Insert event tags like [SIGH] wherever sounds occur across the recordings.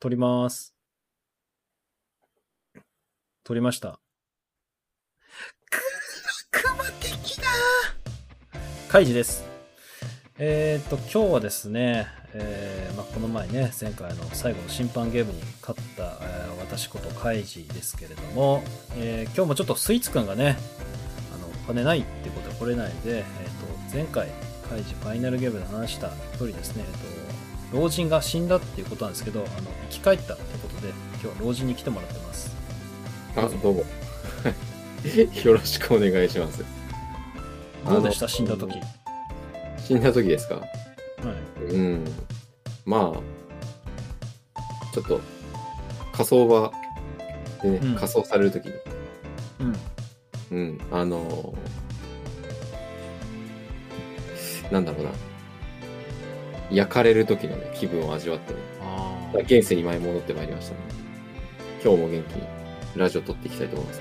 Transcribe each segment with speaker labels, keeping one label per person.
Speaker 1: 撮ります。撮りました。
Speaker 2: 悪魔的な
Speaker 1: カイジです。えっ、と、今日はですね、えーまあ、この前ね、前回の最後の審判ゲームに勝った、えー私ことカイジですけれども、えー今日もちょっとスイーツくんがね、あの、お金ないってことは来れないので、えっ、と、前回、カイジファイナルゲームで話した通りですね、えっ、と、老人が死んだっていうことなんですけど、あの、生き返ったってことで、今日は老人に来てもらってます。
Speaker 3: あ、どうも。 [LAUGHS] よろしくお願いします。
Speaker 1: どうでした
Speaker 3: あの
Speaker 1: 死んだ時。はい。
Speaker 3: 死んだ時ですかうん。まあ、ちょっと、仮想場でね、
Speaker 1: うん
Speaker 3: 仮装される時に、
Speaker 1: うん。
Speaker 3: うん、あのーなんだろうな。焼かれる時のね、気分を味わってね、
Speaker 1: あ
Speaker 3: 現世に舞い戻ってまいりましたね。今日も元気にラジオ撮っていきたいと思います。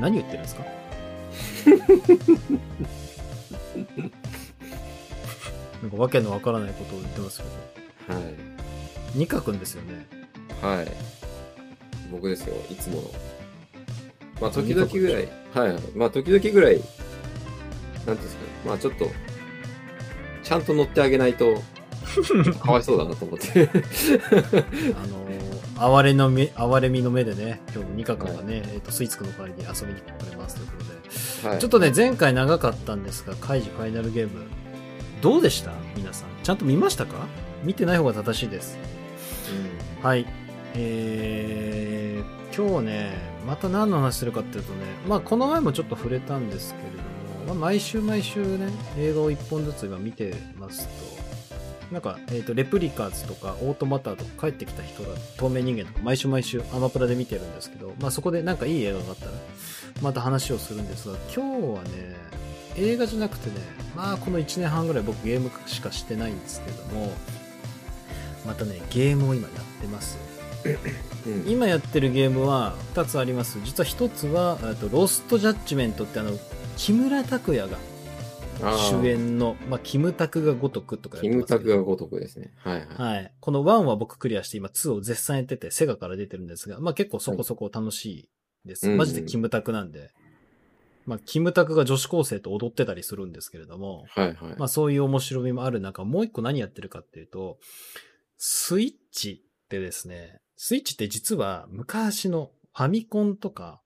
Speaker 1: 何言ってるんですか [LAUGHS] なんかわけのわからないことを言ってますけど
Speaker 3: はい。
Speaker 1: ニカ君ですよね
Speaker 3: はい。僕ですよ、いつもの。まあ、時々ぐらい、はい、はい。まあ、時々ぐらい、なんていうんですかね。まあ、ちょっと、ちゃんと乗ってあげな
Speaker 1: [LAUGHS]
Speaker 3: いと、かわいそうだなと思って。
Speaker 1: あのー哀れの目哀れみの目でね今日もニカ君がね、えっとスイーツ君の代わりに遊びに来てくれますということで、
Speaker 3: はい
Speaker 1: ちょっとね前回長かったんですがカイジファイナルゲームどうでした皆さんちゃんと見ましたか見てない方が正しいですはい。えー、今日ね、また何の話するかっていうとね、まあこの前もちょっと触れたんですけれども、まあ毎週毎週ね、映画を1本ずつ今見てますと、なんか、えっ、と、レプリカーズとか、オートマターとか、帰ってきた人が透明人間とか、毎週毎週アマプラで見てるんですけど、まあそこでなんかいい映画があったら、また話をするんですが、今日はね、映画じゃなくてね、まあこの1年半ぐらい僕ゲームしかしてないんですけれども、またねゲームを今やってます
Speaker 3: うん。うん
Speaker 1: 今やってるゲームは2つあります実は1つはえっとロストジャッジメントってあの木村拓哉が主。演のまあ、キムタクが如くとか
Speaker 3: あー
Speaker 1: やって
Speaker 3: キ
Speaker 1: ますけ
Speaker 3: ム
Speaker 1: ど
Speaker 3: タクがごとくですね。はいはい。
Speaker 1: はい。この1は僕クリアして、今2を絶賛やってて、セガから出てるんですが、まあ結構そこそこ楽しいです。
Speaker 3: はいうんう
Speaker 1: マ
Speaker 3: ん
Speaker 1: ジでキムタクなんで。まあ、キムタクが女子高生と踊ってたりするんですけれども、
Speaker 3: はいはい。
Speaker 1: まあそういう面白みもある中、もう一個何やってるかっていうと、スイッチってですね、スイッチって実は昔のファミコンとか、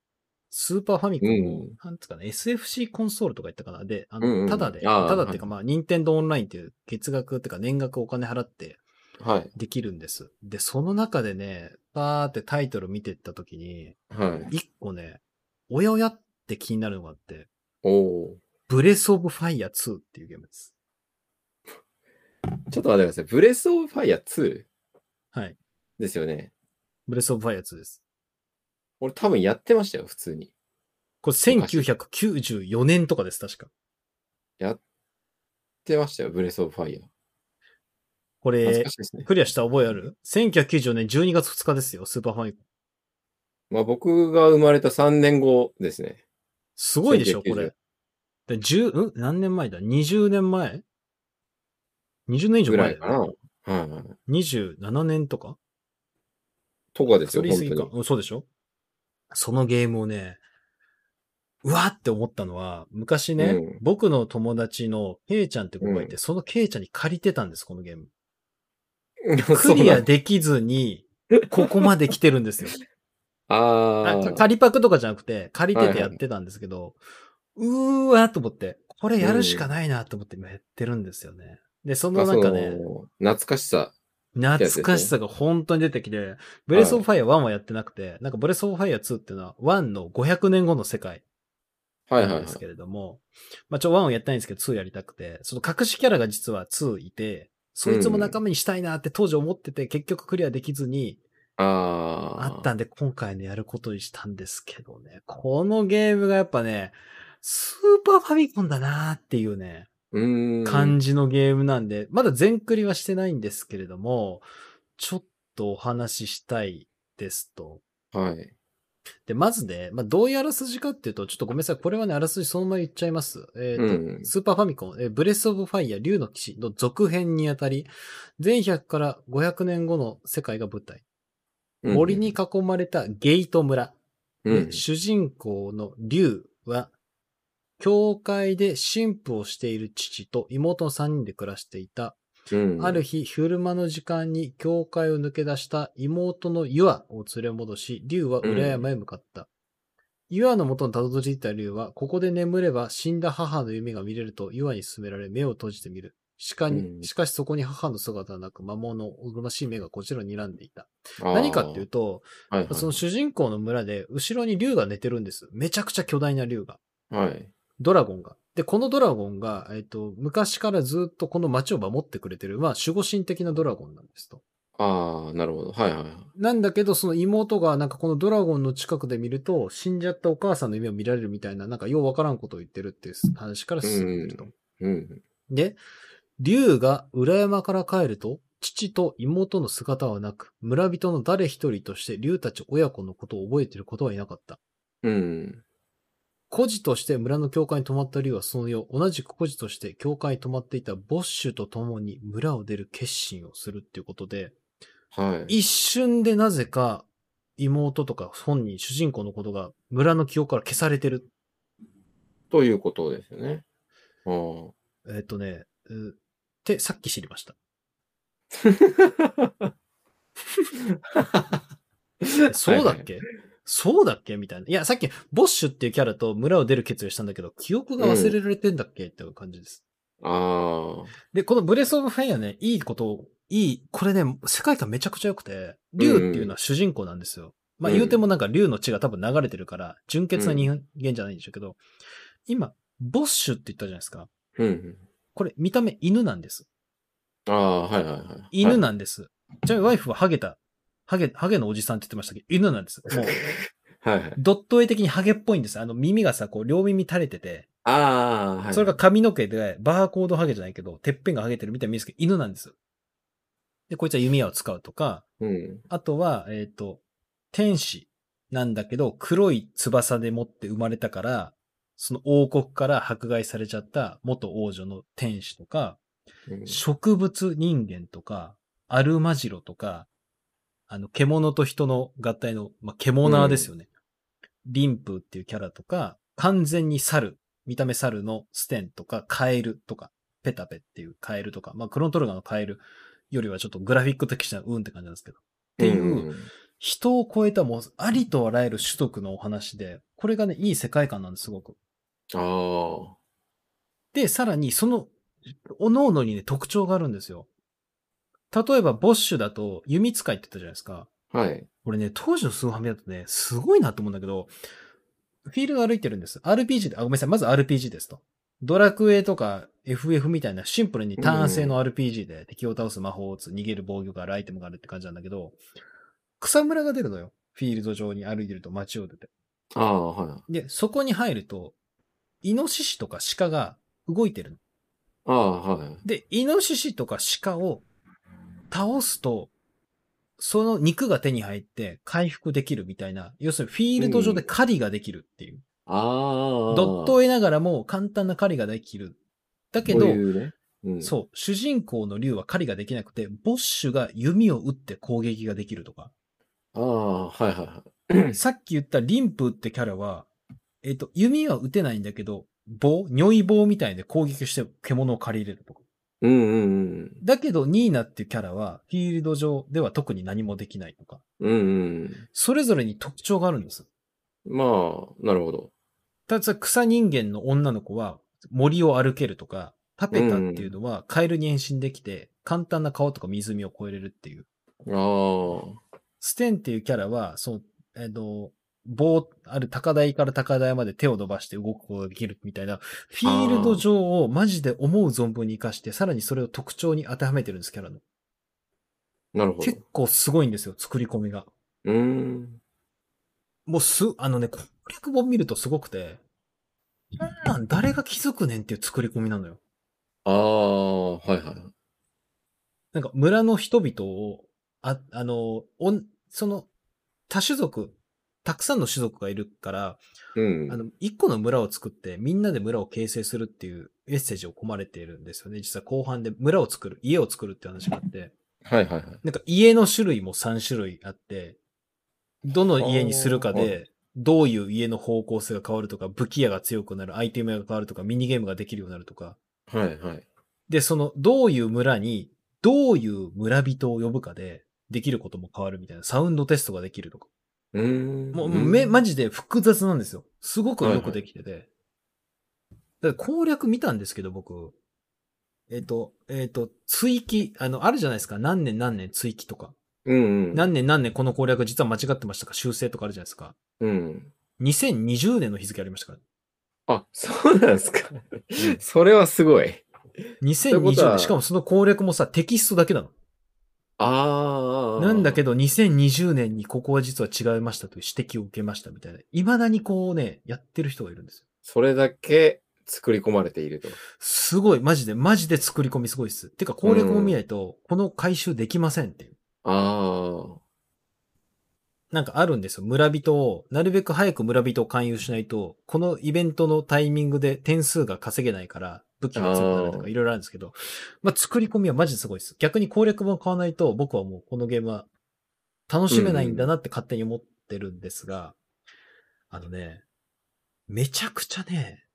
Speaker 1: スーパーファミコン、
Speaker 3: うん
Speaker 1: なんつうかね、SFC コンソールとか言ったかな。で、あ
Speaker 3: うんう
Speaker 1: の、
Speaker 3: ん
Speaker 1: ただで、
Speaker 3: あー
Speaker 1: ただっていうか、まあ、任天堂オンラインっていう月額っていうか年額お金払って
Speaker 3: はい。
Speaker 1: できるんです。で、その中でね、バーってタイトル見てった時に、
Speaker 3: はい。
Speaker 1: 一個ね、おやおやって気になるのがあって、
Speaker 3: おお
Speaker 1: ブレスオブファイヤー2っていうゲームです。
Speaker 3: ー。ちょっと待ってください。ブレスオブファイヤー2
Speaker 1: はい。
Speaker 3: ですよね。
Speaker 1: ブレスオブファイヤー2です。
Speaker 3: 俺多分やってましたよ、普通に。
Speaker 1: これ1994年とかです、確か。
Speaker 3: やってましたよ、ブレスオブファイヤー。
Speaker 1: こ
Speaker 3: 懐
Speaker 1: れ
Speaker 3: か、しいですね。
Speaker 1: クリアした覚えある ?1994 年12月2日ですよ、スーパーファミコン。
Speaker 3: まあ僕が生まれた3年後ですね。
Speaker 1: すごいでしょ、
Speaker 3: 1990
Speaker 1: これ。で10、うん何年前だ ?20 年前 ?20 年以上
Speaker 3: ぐら
Speaker 1: 前
Speaker 3: い
Speaker 1: だ
Speaker 3: かな。
Speaker 1: よ、ね。
Speaker 3: はいはい。
Speaker 1: 27年とか
Speaker 3: とかです
Speaker 1: そ
Speaker 3: よ、
Speaker 1: れ
Speaker 3: 本
Speaker 1: 言い過ぎ
Speaker 3: 当
Speaker 1: か
Speaker 3: に。。
Speaker 1: うんそうでしょそのゲームをね、うわーって思ったのは、昔ね、
Speaker 3: うん
Speaker 1: 僕の友達のケイちゃんって子がいて、
Speaker 3: う
Speaker 1: そのケイちゃんに借りてたんです、このゲーム。
Speaker 3: [LAUGHS]
Speaker 1: ク
Speaker 3: そ [LAUGHS] うなん
Speaker 1: リアできずに、ここまで来てるんですよ。
Speaker 3: あ
Speaker 1: あ
Speaker 3: ー
Speaker 1: 仮パクとかじゃなくて、借りててやってたんですけど、うーわーと思って、これやるしかないなと思って今やってるんですよね。で、そ
Speaker 3: ま
Speaker 1: の
Speaker 3: あそ
Speaker 1: なん
Speaker 3: の
Speaker 1: かね、
Speaker 3: 懐かしさ。
Speaker 1: 懐かしさが本当に出てきて、ブレスオブファイア1はやってなくて、なんかブレスオブファイア2っていうのは1の500年後の世界
Speaker 3: はいはい
Speaker 1: な
Speaker 3: は
Speaker 1: ん
Speaker 3: い
Speaker 1: です。けれども、まあちょ、1をやってないんですけど2やりたくて、その隠しキャラが実は2いて、そいつも仲間にしたいなって当時思ってて、結局クリアできずに、
Speaker 3: ああ。
Speaker 1: あったんで、今回ね、やることにしたんですけどね。このゲームがやっぱね、スーパーファミコンだなーっていうね、
Speaker 3: うーん。
Speaker 1: 感
Speaker 3: じ。
Speaker 1: じのゲームなんで、まだ全クリはしてないんですけれども、ちょっとお話ししたいですと。
Speaker 3: はい。
Speaker 1: で、まずね、まあ、どういうあらすじかっていうと、ちょっとごめんなさい。これはね、あらすじそのまま言っちゃいます。えっ、と、
Speaker 3: うん
Speaker 1: スーパーファミコン、えーブレスオブファイヤー、竜の騎士の続編にあたり、前100から500年後の世界が舞台。
Speaker 3: うん
Speaker 1: 森に、囲まれたゲイト村。
Speaker 3: うん。
Speaker 1: 主人公の竜は、教会で神父をしている父と妹の3人で暮らしていた。
Speaker 3: うん
Speaker 1: ある、日、昼間の時間に教会を抜け出した妹のユアを連れ戻し、竜は裏山へ向かった。ユアの元にたどり着いた竜は、ここで眠れば死んだ母の夢が見れるとユアに勧められ目を閉じてみる。しかに
Speaker 3: うん
Speaker 1: しかしそこに母の姿はなく魔物のおとなしい目がこちらに睨んでいた。
Speaker 3: あー
Speaker 1: 何かっていう、と、
Speaker 3: はいはい、
Speaker 1: その主人公の村で後ろに竜が寝てるんです。めちゃくちゃ巨大な竜が。
Speaker 3: はい。
Speaker 1: ドラゴンが。で、このドラゴンが、えっ、と、昔からずっとこの街を守ってくれてる、まあ、守護神的なドラゴンなんですと。
Speaker 3: ああ、なるほど。はいはいはい。
Speaker 1: なんだけど、その妹が、なんかこのドラゴンの近くで見ると、死んじゃったお母さんの夢を見られるみたいな、なんかようわからんことを言ってるっていう話から進んでると。
Speaker 3: うん。
Speaker 1: で、竜が裏山から帰ると、父と妹の姿はなく、村人の誰一人として竜たち親子のことを覚えてることはいなかった。
Speaker 3: うん。
Speaker 1: 孤児として村の教会に泊まった竜はその夜、同じく孤児として教会に泊まっていたボッシュと共に村を出る決心をするっていうことで、
Speaker 3: はい。
Speaker 1: 一瞬でなぜか妹とか本人、主人公のことが村の記憶から消されてる。
Speaker 3: ということですよね。ああ。
Speaker 1: えっ、とね、うってさっき知りました。え [LAUGHS] そうだっけ、そうだっけみたいな。いや、さっき、ボッシュっていうキャラと村を出る決意をしたんだけど、記憶が忘れられてんだっけ、っていう感じです。
Speaker 3: ああ。
Speaker 1: で、このブレスオブファイアね、いいことを、いい、これね、世界観めちゃくちゃ良くて、竜っていうのは主人公なんですよ。まあ言うてもなんか竜の血が多分流れてるから、純潔な人間じゃないんでしょうけど、今、ボッシュって言ったじゃないですか。
Speaker 3: うんうん。
Speaker 1: これ、見た目犬なんです。
Speaker 3: ああ、はいはいはい。
Speaker 1: 犬
Speaker 3: はい
Speaker 1: なんです。じゃあワイフはハゲた、ハゲ、ハゲのおじさんって言ってましたけど、犬なんです。もう、
Speaker 3: はいはい。
Speaker 1: ドット絵的にハゲっぽいんです。あの耳がさ、こう両耳垂れてて、
Speaker 3: ああ、はい。
Speaker 1: それが、髪の毛で、バーコードハゲじゃないけど、てっぺんがハゲてるみたいに見えるんですけど、犬なんです。で、こいつは弓矢を使うとか、
Speaker 3: うん。
Speaker 1: あとは、えっ、と、天使なんだけど、黒い翼でもって生まれたから、その王国から迫害されちゃった元王女の天使とか、
Speaker 3: うん
Speaker 1: 植物人間とか、アルマジロとか、あの、獣と人の合体の、まあ、獣ですよね。リンプーっていうキャラとか、完全に猿、見た目猿のステンとか、カエルとか、ペタペっていうカエルとか、まあ、クロントルガのカエルよりはちょっとグラフィック的じゃうんって感じなんですけど。っていう、
Speaker 3: うん。
Speaker 1: 人を超えたもう、ありとあらゆる種族のお話で、これがね、いい世界観なんです、すごく。
Speaker 3: ああ。
Speaker 1: で、さらにその、おのおのにね、特徴があるんですよ。例えば、ボッシュだと、弓使いって言ったじゃないですか。
Speaker 3: はい。
Speaker 1: 俺ね、当時のスーファミだとね、すごいなと思うんだけど、フィールド歩いてるんです。RPG で、あ、ごめんなさい、まず RPG ですと。ドラクエとか FF みたいなシンプルにターン制の RPG で敵を倒す魔法を打つ、逃げる防御がある、アイテムがあるって感じなんだけど、草むらが出るのよ。フィールド上に歩いてると街を出て。
Speaker 3: ああ、はい。
Speaker 1: で、そこに入ると、イノシシとか鹿が動いてるの。
Speaker 3: ああ、はい。
Speaker 1: で、イノシシとか鹿を倒すと、その肉が手に入って回復できるみたいな、要するにフィールド上で狩りができるっていう。
Speaker 3: ああ。
Speaker 1: ドットを得ながらも簡単な狩りができる。だけ
Speaker 3: こ
Speaker 1: ど、
Speaker 3: ういうね。うん。
Speaker 1: そう、主人公の竜は狩りができなくて、ボッシュが弓を撃って攻撃ができるとか。
Speaker 3: ああ、はいはいはい。
Speaker 1: さっき言ったリンプってキャラは、えっ、と、弓は撃てないんだけど、棒、如意棒みたいで攻撃して獣を借り入れるとか。
Speaker 3: うんうん
Speaker 1: だけど、ニーナっていうキャラは、フィールド上では特に何もできないとか、
Speaker 3: うん。うんうん。
Speaker 1: それぞれに特徴があるんです。
Speaker 3: まあ、なるほど。
Speaker 1: ただ、草人間の女の子は森を歩けるとか、タペタっていうのはカエルに変身できて、簡単な川とか湖を越えれるっていう。
Speaker 3: ああ。
Speaker 1: ステンっていうキャラは、その、えっと、棒、ある高台から高台まで手を伸ばして動くことができるみたいな、フィールド上をマジで思う存分に活かして、さらにそれを特徴に当てはめてるんです、キャラの。
Speaker 3: なるほど
Speaker 1: 結。構すごいんですよ、作り込みが。
Speaker 3: うーん。
Speaker 1: もうす、あのね、攻略本見るとすごくて、こんなん誰が気づくねんっていう作り込みなのよ。
Speaker 3: ああ、はいはい。
Speaker 1: なんか村の人々を、あ、あの、おん、その、多種族、たくさんの種族がいるから、
Speaker 3: うん。
Speaker 1: あの、一個の村を作って、みんなで村を形成するっていうメッセージを込まれているんですよね。実は後半で村を作る、家を作るって話があって、
Speaker 3: はいはいはい。
Speaker 1: なんか家の種類も3種類あって、どの家にするか
Speaker 3: あーは
Speaker 1: で、どういう家の方向性が変わるとか、武器屋が強くなる、アイテム屋が変わるとか、ミニゲームができるようになるとか、
Speaker 3: はいはい。
Speaker 1: で、その、どういう村に、どういう村人を呼ぶかで、できることも変わるみたいな、サウンドテストができるとか。
Speaker 3: うーん。
Speaker 1: もう、
Speaker 3: ん
Speaker 1: め、マジで複雑なんですよ。すごくよくできてて。だから攻略見たんですけど、僕。えっ、と、えっ、と、追記、あの、あるじゃないですか。何年何年追記とか。
Speaker 3: うんうん。
Speaker 1: 何年何年この攻略実は間違ってましたか修正とかあるじゃないですか。
Speaker 3: うん。
Speaker 1: 2020年の日付ありましたから。
Speaker 3: あ、そうなんですか。それはすごい。いうこと
Speaker 1: 2020
Speaker 3: は
Speaker 1: 年。しかもその攻略もさ、テキストだけなの。
Speaker 3: ああ。
Speaker 1: なんだけ
Speaker 3: ど。
Speaker 1: ど、2020年にここは実は違いましたという指摘を受けましたみたいな。未だにこうね、やってる人がいるんですよ。
Speaker 3: それだけ作り込まれていると。
Speaker 1: すごい、マジで、マジで作り込みすごいっす。てか、攻略も見ないと、この回収できませんっていう。
Speaker 3: ああ。
Speaker 1: なんかあるんですよ。村人を、なるべく早く村人を勧誘しないと、このイベントのタイミングで点数が稼げないから、武器が強くなると
Speaker 3: あ
Speaker 1: か
Speaker 3: ー
Speaker 1: いろいろあるんですけど、まあ作り込みはマジですごいです。逆に攻略本買わないと、僕はもうこのゲームは楽しめないんだなって勝手に思ってるんですが、あのね、めちゃくちゃね、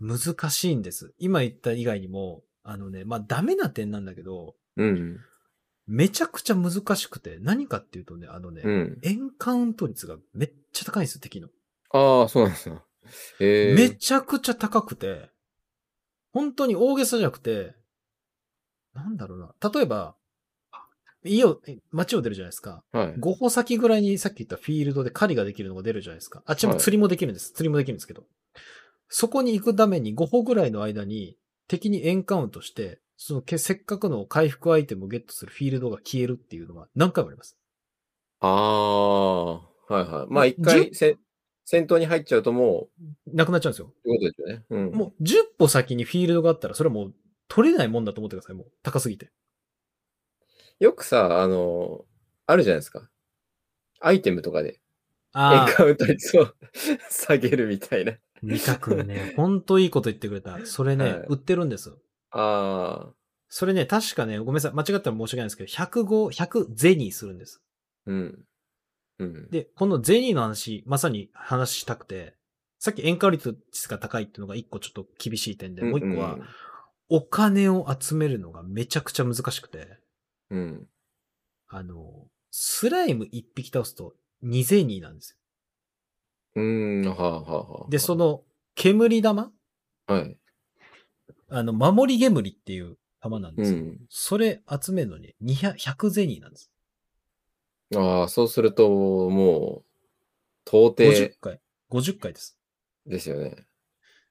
Speaker 1: 難しいんです。今言った以外にも、あのね、まあダメな点なんだけど、
Speaker 3: うん。
Speaker 1: めちゃくちゃ難しくて、何かっていうとね、あのね、
Speaker 3: うん。
Speaker 1: エンカウント率がめっちゃ高いんですよ、敵の。
Speaker 3: ああ、そうなんですよ。ええー。
Speaker 1: めちゃくちゃ高くて、本当に大げさじゃなくて、なんだろうな。例えば、家を、え街を出るじゃないですか。
Speaker 3: はい。
Speaker 1: 5歩先ぐらいにさっき言ったフィールドで狩りができるのが出るじゃないですか。あっちも
Speaker 3: はい
Speaker 1: 釣りもできるんです。釣りもできるんですけど。そこに行くために5歩ぐらいの間に敵にエンカウントして、そのけせっかくの回復アイテムをゲットするフィールドが消えるっていうのは何回もあります。
Speaker 3: ああ。はいはい。まあ一回せ、戦闘に入っちゃうとも
Speaker 1: なくなっちゃうんですよ。
Speaker 3: う、ってことですよね。うん。
Speaker 1: もう10歩先にフィールドがあったら、それはもう取れないもんだと思ってください、もう。高すぎて。
Speaker 3: よくさ、あの、あるじゃないですか。アイテムとかで、エン
Speaker 1: ああ、
Speaker 3: カウント率を [LAUGHS] 下げるみたいな。
Speaker 1: 三田くん [LAUGHS] ね、ほんといいこと言ってくれた。それね、
Speaker 3: はい
Speaker 1: 売ってるんですよ。
Speaker 3: ああ、
Speaker 1: それね、確かね、ごめんなさい、間違ったら申し訳ないんですけど、105、100ゼニーするんです。
Speaker 3: うん。うん。
Speaker 1: で、このゼニーの話、まさに話したくて、さっき円価率が高いっていうのが一個ちょっと厳しい点で、もう一個は、お金を集めるのがめちゃくちゃ難しくて、
Speaker 3: うん、うん。
Speaker 1: あの、スライム1匹倒すと2ゼニーなんですよ。
Speaker 3: うん、はあ、はあ、はあ。
Speaker 1: で、そ、の、煙玉
Speaker 3: はい。
Speaker 1: あの、守り煙っていう玉なんで
Speaker 3: う
Speaker 1: すよ。
Speaker 3: ん。
Speaker 1: それ集めるのに200、100ゼニーなんです。
Speaker 3: ああ、そうすると、もう、到
Speaker 1: 50
Speaker 3: 底
Speaker 1: 回。50回です。
Speaker 3: ですよね。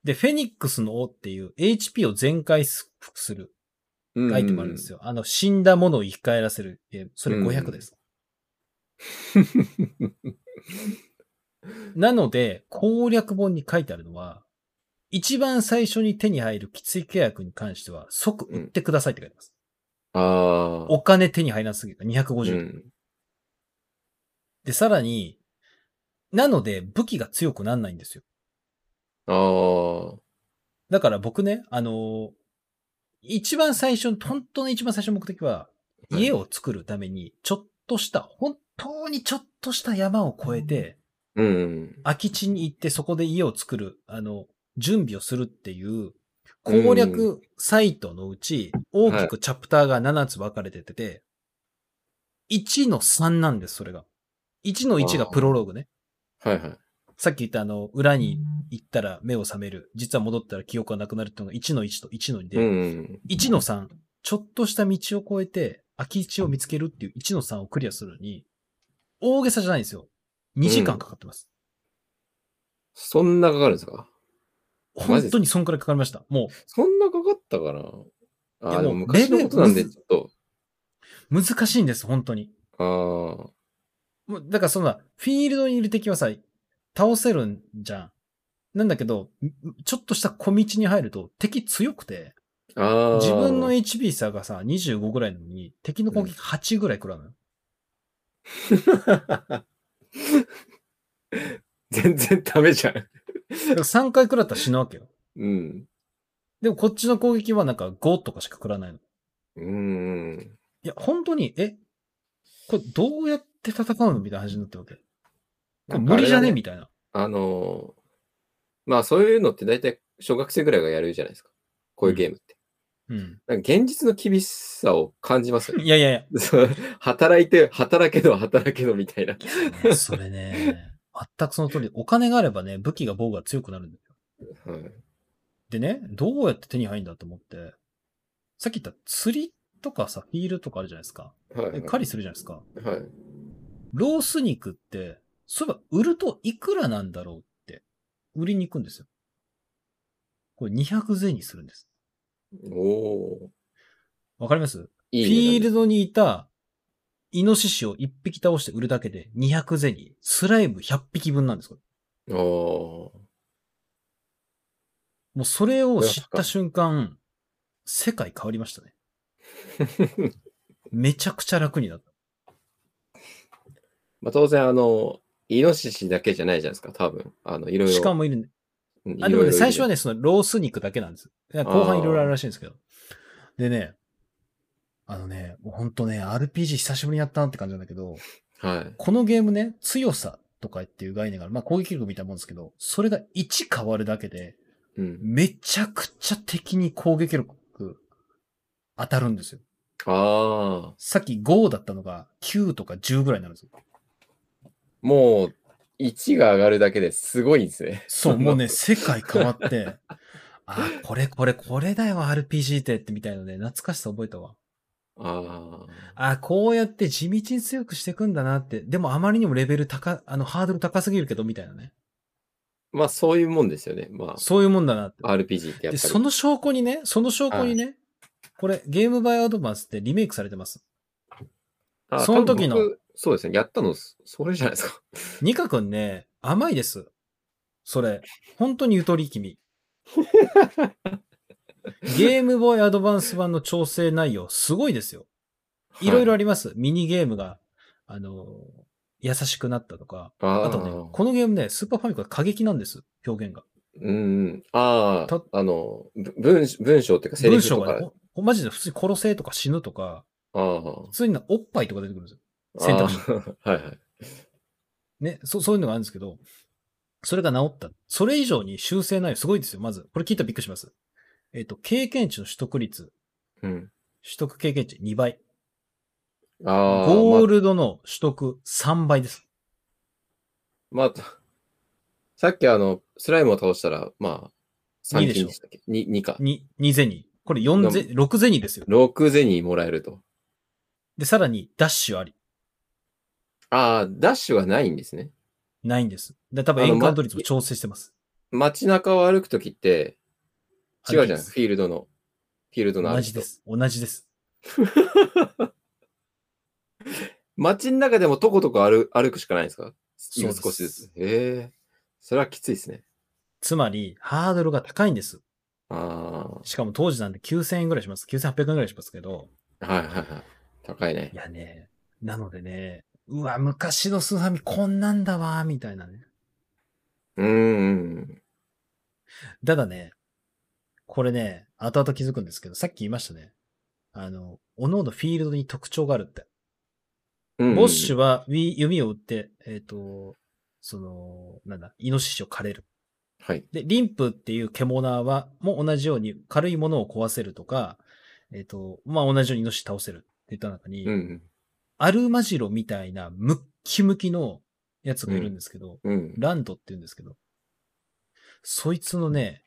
Speaker 1: で、フェニックスの王っていう HP を全回復する
Speaker 3: うん
Speaker 1: アイテムあるんですよ。あの、死んだものを生き返らせるゲーム。それ500です。 [LAUGHS] なので、攻略本に書いてあるのは、一番最初に手に入るきつい契約に関しては、即売ってくださいって書いてます。
Speaker 3: ああ。
Speaker 1: お金手に入らなすぎるから
Speaker 3: う
Speaker 1: 250。
Speaker 3: ん。
Speaker 1: で、さらに、なので武器が強くなんないんですよ。
Speaker 3: ああ。
Speaker 1: だから僕ね、あのー一番最初の、本当の一番最初の目的は、
Speaker 3: はい
Speaker 1: 家を作るために、ちょっとした、本当にちょっとした山を越えて、
Speaker 3: うん。
Speaker 1: 空き地に行ってそこで家を作る、あの、準備をするっていう、攻略サイトのうち、大きくチャプターが7つ分かれてて、1の3なんです、それが。1の1がプロローグね。
Speaker 3: はいはい。
Speaker 1: さっき言ったあの、裏に行ったら目を覚める。実は戻ったら記憶がなくなるっていうのが1の1と1の2で、
Speaker 3: うん。
Speaker 1: 1の3、ちょっとした道を越えて空き地を見つけるっていう1の3をクリアするのに、大げさじゃないんですよ。2時間かかってます。
Speaker 3: そんなかかるんですかマジ
Speaker 1: 本
Speaker 3: です
Speaker 1: 当にそんくらいかかりました。も
Speaker 3: そんなかかったかなあ
Speaker 1: い
Speaker 3: あ
Speaker 1: や
Speaker 3: ー、で
Speaker 1: もう
Speaker 3: も昔のことなん
Speaker 1: レ
Speaker 3: で、
Speaker 1: ベル
Speaker 3: ちょっと。
Speaker 1: う、難しいんです、本当に。
Speaker 3: ああ。
Speaker 1: もう、だからそんな、フィールドにいる敵はさ、倒せるんじゃん。なんだけど、ちょっとした小道に入ると敵強くて、
Speaker 3: ああ。
Speaker 1: 自分の HP 差がさ、25ぐらいなのに、敵の攻撃8ぐらい食らうのよ。
Speaker 3: [LAUGHS] 全然ダメじゃん。
Speaker 1: 3回食らったら死ぬわけよ。
Speaker 3: うん。
Speaker 1: でもこっちの攻撃はなんか5とかしか食らないの。
Speaker 3: うーん。
Speaker 1: いや、本当に、えこれどうやって戦うのみたいな話になってるわけ。これ無理じゃねみたいな。
Speaker 3: あのーまあそういうのって大体小学生ぐらいがやるじゃないですか。こういうゲームって。
Speaker 1: うん。
Speaker 3: なんか現実の厳しさを感じますよね。
Speaker 1: いやいやい
Speaker 3: そう [LAUGHS] 働いて、働けど働けどみたいな。
Speaker 1: や。それね、全くその通り。お金があればね、武器が防具が強くなるんだよ。
Speaker 3: はい
Speaker 1: でね、どうやって手に入るんだと思って、さっき言った釣りとかさ、フィールとかあるじゃないですか。
Speaker 3: はい、はい。
Speaker 1: で狩りするじゃないですか。
Speaker 3: はい。
Speaker 1: ロース肉って、そういえば売るといくらなんだろうって、売りに行くんですよ。これ200ゼにするんです。
Speaker 3: おお
Speaker 1: わかります
Speaker 3: ー。いい
Speaker 1: フ
Speaker 3: ね
Speaker 1: ィールドにいた、イノシシを1匹倒して売るだけで200ゼニー。スライム100匹分なんです、これ。
Speaker 3: なんかお
Speaker 1: もうそれを知った瞬間、世界変わりましたね。
Speaker 3: [LAUGHS] ー
Speaker 1: めちゃくちゃ楽になった。
Speaker 3: まあ当然、あの、イノシシだけじゃないじゃないですか、多分。あの、いろいろ。
Speaker 1: しかもいるんで。
Speaker 3: うん、
Speaker 1: あ、でもね、
Speaker 3: いろいろいる
Speaker 1: 最初はね、そのロース肉だけなんです。いや後半いろいろあるらしいんですけど。でね、あのね、もうほんとね、RPG 久しぶりにやったなって感じなんだけど、
Speaker 3: はい。
Speaker 1: このゲームね、強さとかっていう概念がある。まあ攻撃力みたいなもんですけど、それが1変わるだけで、
Speaker 3: うん。
Speaker 1: めちゃくちゃ敵に攻撃力当たるんですよ。
Speaker 3: ああ、
Speaker 1: さっき5だったのが9とか10ぐらいになるんですよ。
Speaker 3: もう、1が上がるだけですごいんですね。
Speaker 1: そう、もうね、世界変わって、あ、これこれこれだよ、RPG ってってみたいので、懐かしさ覚えたわ。
Speaker 3: あ
Speaker 1: あ、こうやって地道に強くしていくんだなって、でもあまりにもレベル高、あの、ハードル高すぎるけど、みたいなね。
Speaker 3: あ、まあそういうもんですよね。ま
Speaker 1: そういうもんだなって。
Speaker 3: あ、RPG って
Speaker 1: で、
Speaker 3: やっぱり。
Speaker 1: その証拠にね、その証拠にね、これ、ゲームバイアドバンスってリメイクされてます。
Speaker 3: あ
Speaker 1: その時の。
Speaker 3: 多分僕そうですね。やったの、そそれじゃないですか。
Speaker 1: ニカ君ね、甘いです。それ。本当にゆとり君。
Speaker 3: [LAUGHS]
Speaker 1: ゲームボーイアドバンス版の調整内容、すごいですよ。 [LAUGHS] いろいろあります。ミニゲームが、あの、優しくなったとか。
Speaker 3: あ
Speaker 1: あ
Speaker 3: あ
Speaker 1: とね、このゲームね、スーパーファミコンは過激なんです。表現が。
Speaker 3: うんうん。ああ
Speaker 1: た、
Speaker 3: あの、ぶ文文章っていうか、セリ
Speaker 1: 文
Speaker 3: フ
Speaker 1: 章
Speaker 3: とか。
Speaker 1: がね、おおマジで普通に殺せとか死ぬとか、
Speaker 3: ああ
Speaker 1: 普通になおっぱいとか出てくるんですよ。
Speaker 3: あ
Speaker 1: 選択肢
Speaker 3: 肢。はいはい。
Speaker 1: ね、そそういうのがあるんですけど、それが治った。それ以上に修正内容すごいですよ、まず。これ聞いたらびっくりします。えっ、と、経験値の取得率、
Speaker 3: うん。
Speaker 1: 取得経験値2倍。
Speaker 3: ああ、
Speaker 1: ゴールドの取得3倍です。
Speaker 3: まあ、まあさっきあの、スライムを倒したら、まあ、
Speaker 1: 二
Speaker 3: 3
Speaker 1: でし
Speaker 3: 金
Speaker 1: ょ
Speaker 3: でしたっけ ?2、2か。
Speaker 1: に2ゼニ。これ4ゼ、6ゼニですよ。
Speaker 3: 6ゼニーもらえると。
Speaker 1: で、さらにダッシュあり。
Speaker 3: ああ、ダッシュはないんですね。
Speaker 1: ないんです。で、多分
Speaker 3: あ
Speaker 1: エ
Speaker 3: の
Speaker 1: ンカウント率も調整してます。
Speaker 3: 街中を歩くときって、違うじ
Speaker 1: 歩きま
Speaker 3: ゃん。フ
Speaker 1: す
Speaker 3: ィールドの。フィールドの
Speaker 1: 同
Speaker 3: 歩
Speaker 1: じ
Speaker 3: きと
Speaker 1: で。す。同じです。
Speaker 3: 街の中でもとことこ歩歩くしかないんですか
Speaker 1: そうです
Speaker 3: 少しずつ。へえ。それはきついですね。
Speaker 1: つまり、ハードルが高いんです。
Speaker 3: あ
Speaker 1: しかも当時なんで9000円ぐらいします。9800円ぐらいしますけど、
Speaker 3: あ。はいはいはい。高いね
Speaker 1: い。やね、なのでね、うわ、昔のスーファミこんなんだわ、みたいなね。
Speaker 3: うーん。
Speaker 1: ただね、これね、後々気づくんですけど、さっき言いましたね。あの、おののフィールドに特徴があるって。
Speaker 3: うん
Speaker 1: ボッシュは弓弓を打って、えっ、と、その、なんだ、イノシシを狩れる。
Speaker 3: はい。
Speaker 1: で、リンプっていう獣は、もう同じように軽いものを壊せるとか、えっ、と、まあ、同じようにイノシシ倒せるって言った中に、
Speaker 3: うん
Speaker 1: アルマジロみたいなムッキムキのやつがいるんですけど、
Speaker 3: うん。うん。
Speaker 1: ランドって言うんですけど、そいつのね、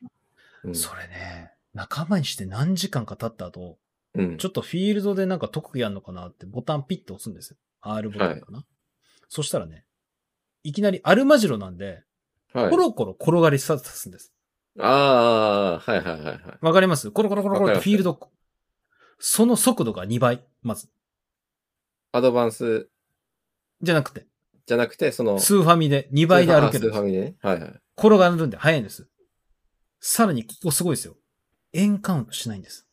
Speaker 3: うん
Speaker 1: それね、仲間にして何時間か経った後、
Speaker 3: うん
Speaker 1: ちょっとフィールドでなんか特技やんのかなってボタンピッと押すんですよ。R ボタンかな。そしたらね、いきなりアルマジロなんで、
Speaker 3: はい
Speaker 1: コロコロ転がりさすんです。
Speaker 3: ああ、はいはいはいはい。
Speaker 1: わ、かりますコロコロコロコロってフィールド、その速度が2倍、まず。
Speaker 3: アドバンス
Speaker 1: じゃなくて、
Speaker 3: じゃなくて、その、
Speaker 1: スーファミで2倍で歩けるんで
Speaker 3: る。スー
Speaker 1: す
Speaker 3: ファ。ミね。はいはい。
Speaker 1: 転がるんで早いんです。さらに、ここすごいですよ。エンカウントしないんです。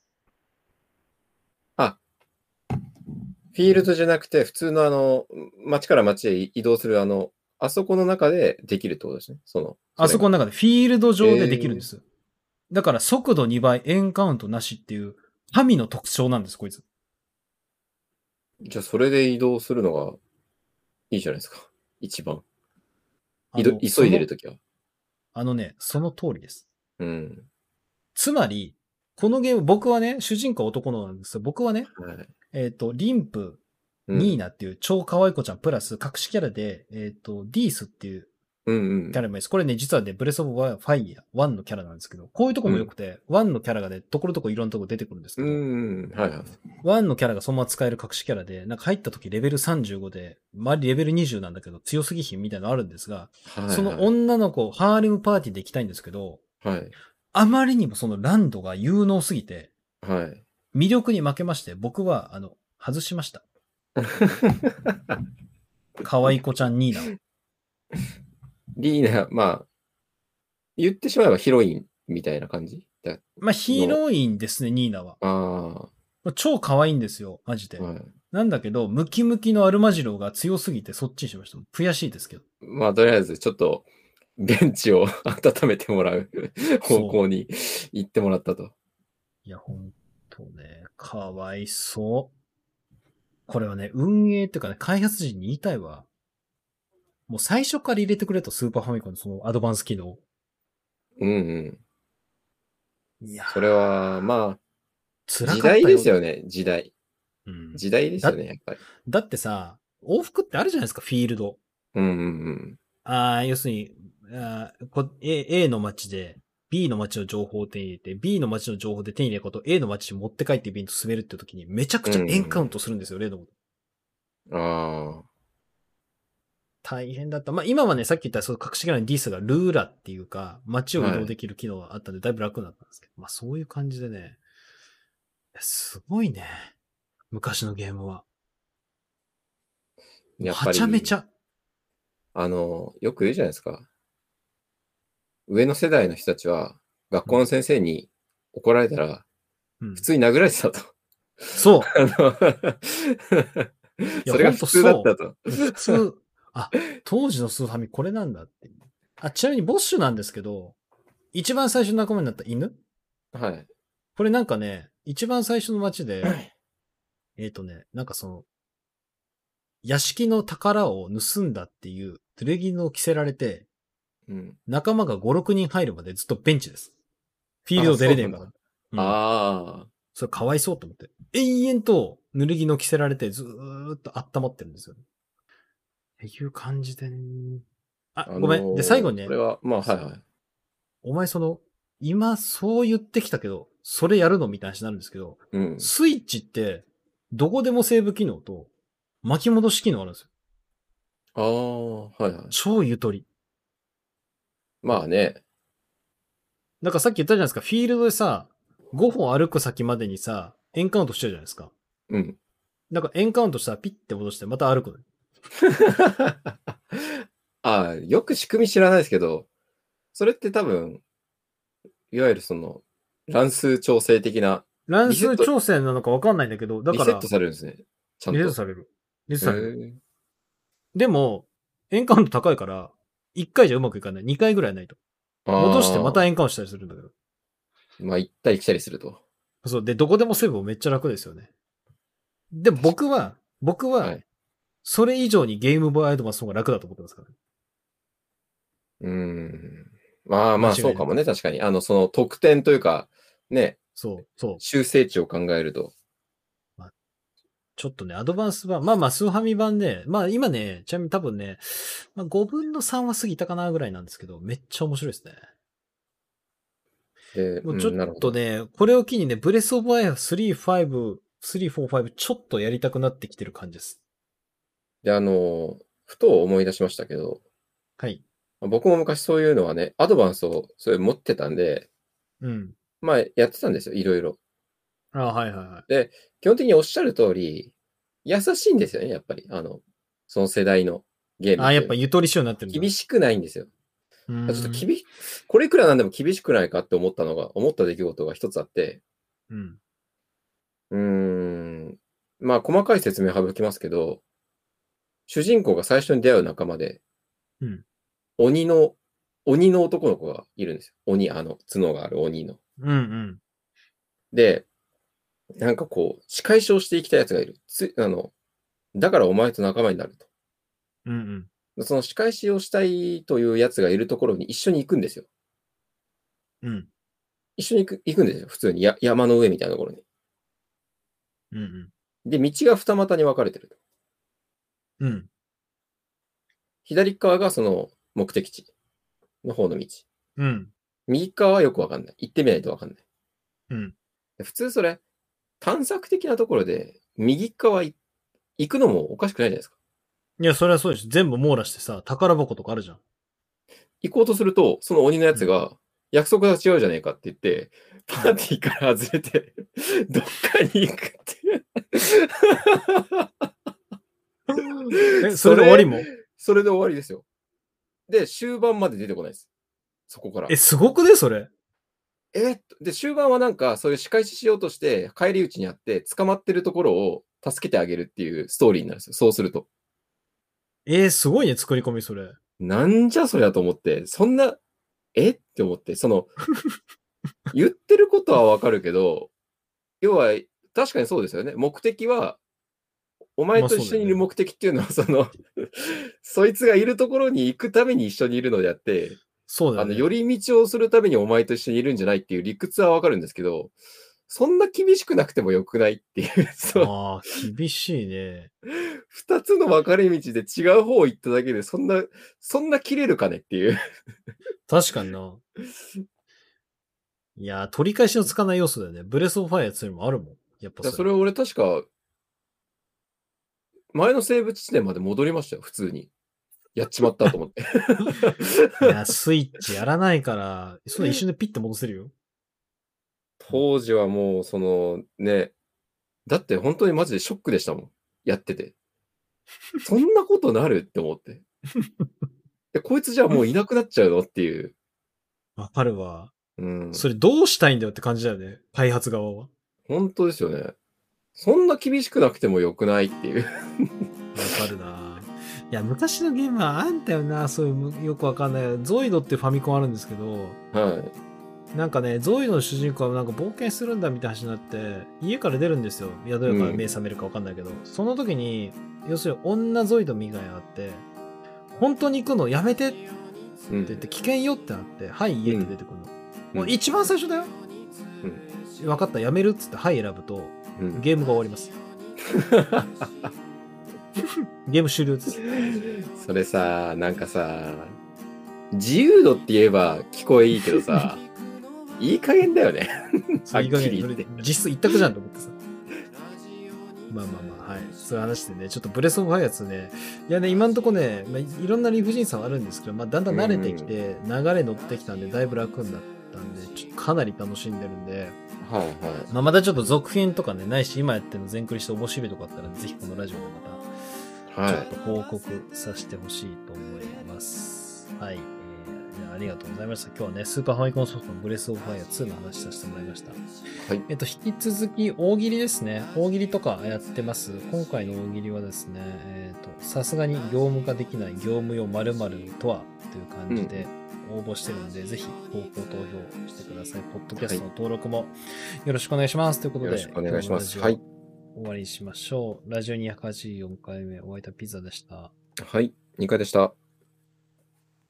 Speaker 3: フィールドじゃなくて、普通のあの、街から街へ移動するあの、あそこの中でできるってことですね。その。
Speaker 1: あそこの
Speaker 3: の。
Speaker 1: 中で、フィールド上でできるんです。だから、速度2倍、エンカウントなしっていう、神の特徴なんです、こいつ。
Speaker 3: じゃあ、それで移動するのがいいじゃないですか。一番。い
Speaker 1: あ
Speaker 3: ど
Speaker 1: の
Speaker 3: 急いでるときは。
Speaker 1: そのあのね、その通りです。
Speaker 3: うん。
Speaker 1: つまり、このゲーム、僕はね、主人公男の子なんですよ。僕はね、
Speaker 3: はい。
Speaker 1: えっ、と、リンプ、
Speaker 3: うん
Speaker 1: ニーナっていう超可愛い子ちゃん、プラス、隠しキャラで、えっ、と、ディースっていう
Speaker 3: うんうん
Speaker 1: キャ。ラもいます。これね、実はね、ブレスオブファイヤー、1のキャラなんですけど、こういうとこも良くて、1のキャラがね、ところどころいろんなとこ出てくるんですけ
Speaker 3: う
Speaker 1: ど、
Speaker 3: んうん。はいはい。
Speaker 1: ワンのキャラがそのまま使える隠しキャラで、なんか入った時レベル35で、周りレベル20なんだけど強すぎひんみたいなのあるんですが、
Speaker 3: はいはい
Speaker 1: その女の子をハーレムパーティーで行きたいんですけど、
Speaker 3: はい。
Speaker 1: あまりにもそのランドが有能すぎて、
Speaker 3: はい。
Speaker 1: 魅力に負けまして、僕は、あの、外しま
Speaker 3: [LAUGHS]
Speaker 1: した。可愛い子ちゃんニーナを。
Speaker 3: リーナ、まあ、言ってしまえばヒロインみたいな感じだ
Speaker 1: まあ、ヒロインですね、ニーナは。
Speaker 3: ああ、は
Speaker 1: 超可愛いんですよ、マジで
Speaker 3: い。。
Speaker 1: なんだけど、ムキムキのアルマジロが強すぎてそっちにしました。悔しいですけど。
Speaker 3: まあ、とりあえず、ちょっと、ベンチを [LAUGHS] 温めてもらう方向に行ってもらったと。
Speaker 1: いや、ほんとね、かわいそう。これはね、運営っていうかね、開発陣に言いたいわ。もう最初から入れてくれと、スーパーファミコンのそのアドバンス機能。
Speaker 3: うんうん。
Speaker 1: いや
Speaker 3: それは、まあ、
Speaker 1: 辛かっ
Speaker 3: 時
Speaker 1: た
Speaker 3: 代ですよね、時代。
Speaker 1: うん
Speaker 3: 時代ですよね、やっぱり。
Speaker 1: だってさ、往復ってあるじゃないですか、フィールド。
Speaker 3: うんうん
Speaker 1: ああ、要するにあーこ A、A の街で、B の街の情報を手に入れて、B の街の情報で手に入れること、A の街に持って帰ってイベント進めるって時に、めちゃくちゃエンカウントするんですよ、例のこと。
Speaker 3: うん。ああ、
Speaker 1: 大変だった。まあ、今はね、さっき言った、その隠しキャラのディスがルーラっていうか、街を移動できる機能があったんで、だいぶ楽になったんですけど、まあ、そういう感じでね、すごいね。昔のゲームは。
Speaker 3: やっぱり。
Speaker 1: はちゃめちゃ。
Speaker 3: あの、よく言うじゃないですか。上の世代の人たちは、学校の先生に怒られたら、
Speaker 1: うん
Speaker 3: 普、通に殴られてたと。
Speaker 1: そう。
Speaker 3: あのそれが普通だったと。
Speaker 1: 普通、あ、当時のスーファミこれなんだって。あ、ちなみにボッシュなんですけど、一番最初の仲間になった犬
Speaker 3: はい。
Speaker 1: これなんかね、一番最初の街で、えっとね、なんかその、屋敷の宝を盗んだっていう、剣を着せられて、
Speaker 3: うん。
Speaker 1: 仲間が5、6人入るまでずっとベンチです。フィールド出れねえから。うん
Speaker 3: ああ。
Speaker 1: それかわいそうと思って。永遠と濡れ着の着せられてずーっと温まってるんですよ、ね。っていう感じでね、あ、
Speaker 3: あのー
Speaker 1: ごめん。で、最後にね
Speaker 3: これ、は、まあ、はいはい。
Speaker 1: お前その、今そう言ってきたけど、それやるのみたいな話になるんですけど、
Speaker 3: うん。
Speaker 1: スイッチって、どこでもセーブ機能と巻き戻し機能あるんですよ。
Speaker 3: ああ、はいはい。
Speaker 1: 超ゆとり。
Speaker 3: まあね。
Speaker 1: なんかさっき言ったじゃないですか、フィールドでさ、5歩歩く先までにさ、エンカウントしてるじゃないですか。
Speaker 3: うん。
Speaker 1: なんかエンカウントしたらピッて戻してまた歩くの。
Speaker 3: [LAUGHS] ああ、よく仕組み知らないですけど、それって多分、いわゆるその、乱数調整的な、
Speaker 1: 乱
Speaker 3: リセ
Speaker 1: 数
Speaker 3: ット
Speaker 1: 調整なのかわかんないんだけど、だ
Speaker 3: リ
Speaker 1: か
Speaker 3: セ
Speaker 1: ら
Speaker 3: ッ、トされるんですね。ちゃん
Speaker 1: リ
Speaker 3: と。
Speaker 1: セットされる。リセットされる。
Speaker 3: へえ
Speaker 1: でも、エンカウント高いから、1回じゃうまくいかない。2回ぐらいないと。
Speaker 3: あー
Speaker 1: 戻してまたエンカウントしたりするんだけど。
Speaker 3: まあ、行ったり来たりすると。
Speaker 1: そう。で、どこでもセーブもめっちゃ楽ですよね。で、僕は、僕
Speaker 3: は、
Speaker 1: はいそれ以上にゲームボーイアドバンスの方が楽だと思ってますから、ね。
Speaker 3: うーん。まあ
Speaker 1: 間
Speaker 3: まあ、
Speaker 1: 違い
Speaker 3: そうかもね、確かに。あの、その、得点というか、ね、
Speaker 1: そう、そう。
Speaker 3: 修正値を考えると。
Speaker 1: ちょっとね、アドバンス版、まあまあ、スーハミ版で、まあ今ね、ちなみに多分ね、まあ5分の3は過ぎたかなぐらいなんですけど、めっちゃ面白いですね。
Speaker 3: で
Speaker 1: も
Speaker 3: う
Speaker 1: うんち
Speaker 3: なる
Speaker 1: ょっ
Speaker 3: ほ
Speaker 1: と
Speaker 3: ど
Speaker 1: ね、これを機にね、ブレスオブアイア3、5、3、4、5、ちょっとやりたくなってきてる感じです。
Speaker 3: で、あの、ふと思い出しましたけど、
Speaker 1: はい。
Speaker 3: 僕も昔そういうのはね、アドバンスをそれ持ってたんで、
Speaker 1: うん。
Speaker 3: まあやってたんですよ、いろいろ。
Speaker 1: あはいはいはい。
Speaker 3: 基本的におっしゃる通り、優しいんですよね、やっぱり。あの、その世代のゲーム。
Speaker 1: あやっぱゆとり仕様になってるんだ。
Speaker 3: 厳
Speaker 1: しい。
Speaker 3: しくないんですよ。
Speaker 1: ち
Speaker 3: ち
Speaker 1: ょ
Speaker 3: ょっと厳し、これいくらなんでも厳しくないかって思ったのが、思った出来事が一つあって、
Speaker 1: うん。
Speaker 3: うーん、まあ細かい説明省きますけど、主人公が最初に出会う仲間で、
Speaker 1: うん
Speaker 3: 鬼の、鬼の男の子がいるんですよ。鬼、あの、角がある鬼の。
Speaker 1: うんうん。
Speaker 3: で、なんかこう、仕返しをしていきたい奴がいる。つあの、だからお前と仲間になると。
Speaker 1: うんうん。
Speaker 3: その仕返しをしたいという奴がいるところに一緒に行くんですよ。
Speaker 1: うん
Speaker 3: 一緒に行く行くんですよ。普通にや山の上みたいなところに。
Speaker 1: うん
Speaker 3: で、道が二股に分かれてると。
Speaker 1: うん。うん。
Speaker 3: 左側がその目的地の方の道。
Speaker 1: うん。
Speaker 3: 右側はよくわかんない。行ってみないとわかんない。
Speaker 1: うん
Speaker 3: で。普通それ、探索的なところで、右側い行くのもおかしくないじゃないですか。
Speaker 1: いや、それはそうです。全部網羅してさ、宝箱とかあるじゃん。
Speaker 3: 行こうとすると、その鬼のやつが、約束が違うじゃねえかって言って、パーティーから外れて、どっかに行くって。 [LAUGHS]
Speaker 1: え、それで終わりも
Speaker 3: それで終わりですよ。で、終盤まで出てこないです。そこから。
Speaker 1: え、すごくねそれ。
Speaker 3: えーっとで、終盤はなんか、そういう仕返ししようとして、帰り討ちにあって、捕まってるところを助けてあげるっていうストーリーになるんですよ。そうすると。
Speaker 1: えー、すごいね、作り込み、それ。
Speaker 3: なんじゃそりゃと思って、そんな、えって思って、
Speaker 1: [LAUGHS]
Speaker 3: その、言ってることはわかるけど、要は、確かにそうですよね。目的は、お前
Speaker 1: まあ
Speaker 3: と
Speaker 1: そうだ
Speaker 3: 一
Speaker 1: よね
Speaker 3: 緒にいる目的っていうのは、その、そいつがいるところに行くために一緒にいるのであって、
Speaker 1: そうだ
Speaker 3: あ
Speaker 1: よ、
Speaker 3: の、
Speaker 1: ね。
Speaker 3: 寄り道をするためにお前と一緒にいるんじゃないっていう理屈はわかるんですけど、そんな厳しくなくてもよくないっていう、 [LAUGHS] そう、
Speaker 1: ああ、厳しいね。
Speaker 3: 二つの分かれ道で違う方行っただけで、そんな、そんな切れるかねっていう。
Speaker 1: 確かにな。いやー、取り返しのつかない要素だよね。ブレスオブファイア2にもあるもん。やっぱ
Speaker 3: いや
Speaker 1: そ
Speaker 3: そ
Speaker 1: れ。
Speaker 3: れ俺確か、前のセーブ地点まで戻りましたよ、普通に。やっちまったと思って。
Speaker 1: いや、スイッチやらないから、そんな一瞬でピッて戻せるよ。
Speaker 3: 当時はもう、そのね、だって本当にマジでショックでしたもん、やってて。そんなことなるって思って。でこいつじゃあもういなくなっちゃうのっていう。
Speaker 1: わかるわ。
Speaker 3: うん。
Speaker 1: それどうしたいんだよって感じだよね。開発側は。
Speaker 3: 本当ですよね。そんな厳しくなくてもよくないっていう。 [LAUGHS]
Speaker 1: わかるな。いや、昔のゲームはあんだよな。そういうむ、よくわかんない。ゾイドってファミコンあるんですけど、
Speaker 3: はい。
Speaker 1: なんかね、ゾイドの主人公はなんか冒険するんだみたいな話になって、家から出るんですよ。宿屋から目覚めるかわかんないけど、その時に、要するに女ゾイドみたいなのがあって、本当に行くのやめてって
Speaker 3: う
Speaker 1: 言っ
Speaker 3: ん
Speaker 1: て、危険よってなって、はい、家って出てくるの。
Speaker 3: うん
Speaker 1: もう一番最初だよ。分かった、やめるっつって、はい、選ぶと、
Speaker 3: うん
Speaker 1: ゲームが終わります。ゲーム終了
Speaker 3: [LAUGHS]
Speaker 1: です。
Speaker 3: [LAUGHS] それさ、なんかさ、自由度って言えば聞こえいいけど
Speaker 1: [LAUGHS]
Speaker 3: さ、いい加減だよね。はっ
Speaker 1: い
Speaker 3: きり言って
Speaker 1: い加減それ実質一択じゃんと思ってさ。まあまあまあ、はい。そういう話でね、ちょっとブレスオブファイアツね、いやね、今んとこね、まあ、いろんな理不尽さはあるんですけど、まあ、だんだん慣れてきて、流れ乗ってきたんで、だいぶ楽になったんで、ちょっとかなり楽しんでるんで、
Speaker 3: はいは
Speaker 1: まあ、またちょっと続編とかね、ないし、今やってるの全クリして面白いとかあったら、ぜひこのラジオでまた
Speaker 3: い。は
Speaker 1: ちょっ
Speaker 3: い。
Speaker 1: と報告させてほしいと思います。はい、えーじゃあありがとうございました。今日はね、スーパーファミコンソフトのブレスオブファイア2の話させてもらいました。
Speaker 3: はい。
Speaker 1: えっと、引き続き大喜利ですね。大喜利とかやってます。今回の大喜利はですね、えっと、さすがに業務化できない業務用〇〇とはという感じで応募してるので、ぜひ方向投票してください。ポッドキャストの登録もよろしくお願いします。ということ
Speaker 3: よ
Speaker 1: で、
Speaker 3: ろしくお願いします。
Speaker 1: 今
Speaker 3: は
Speaker 1: 日のラジ。
Speaker 3: い
Speaker 1: オ終わりにしましょう。ラジオ284回目、お会いいたピザでした。
Speaker 3: はい。2回でした。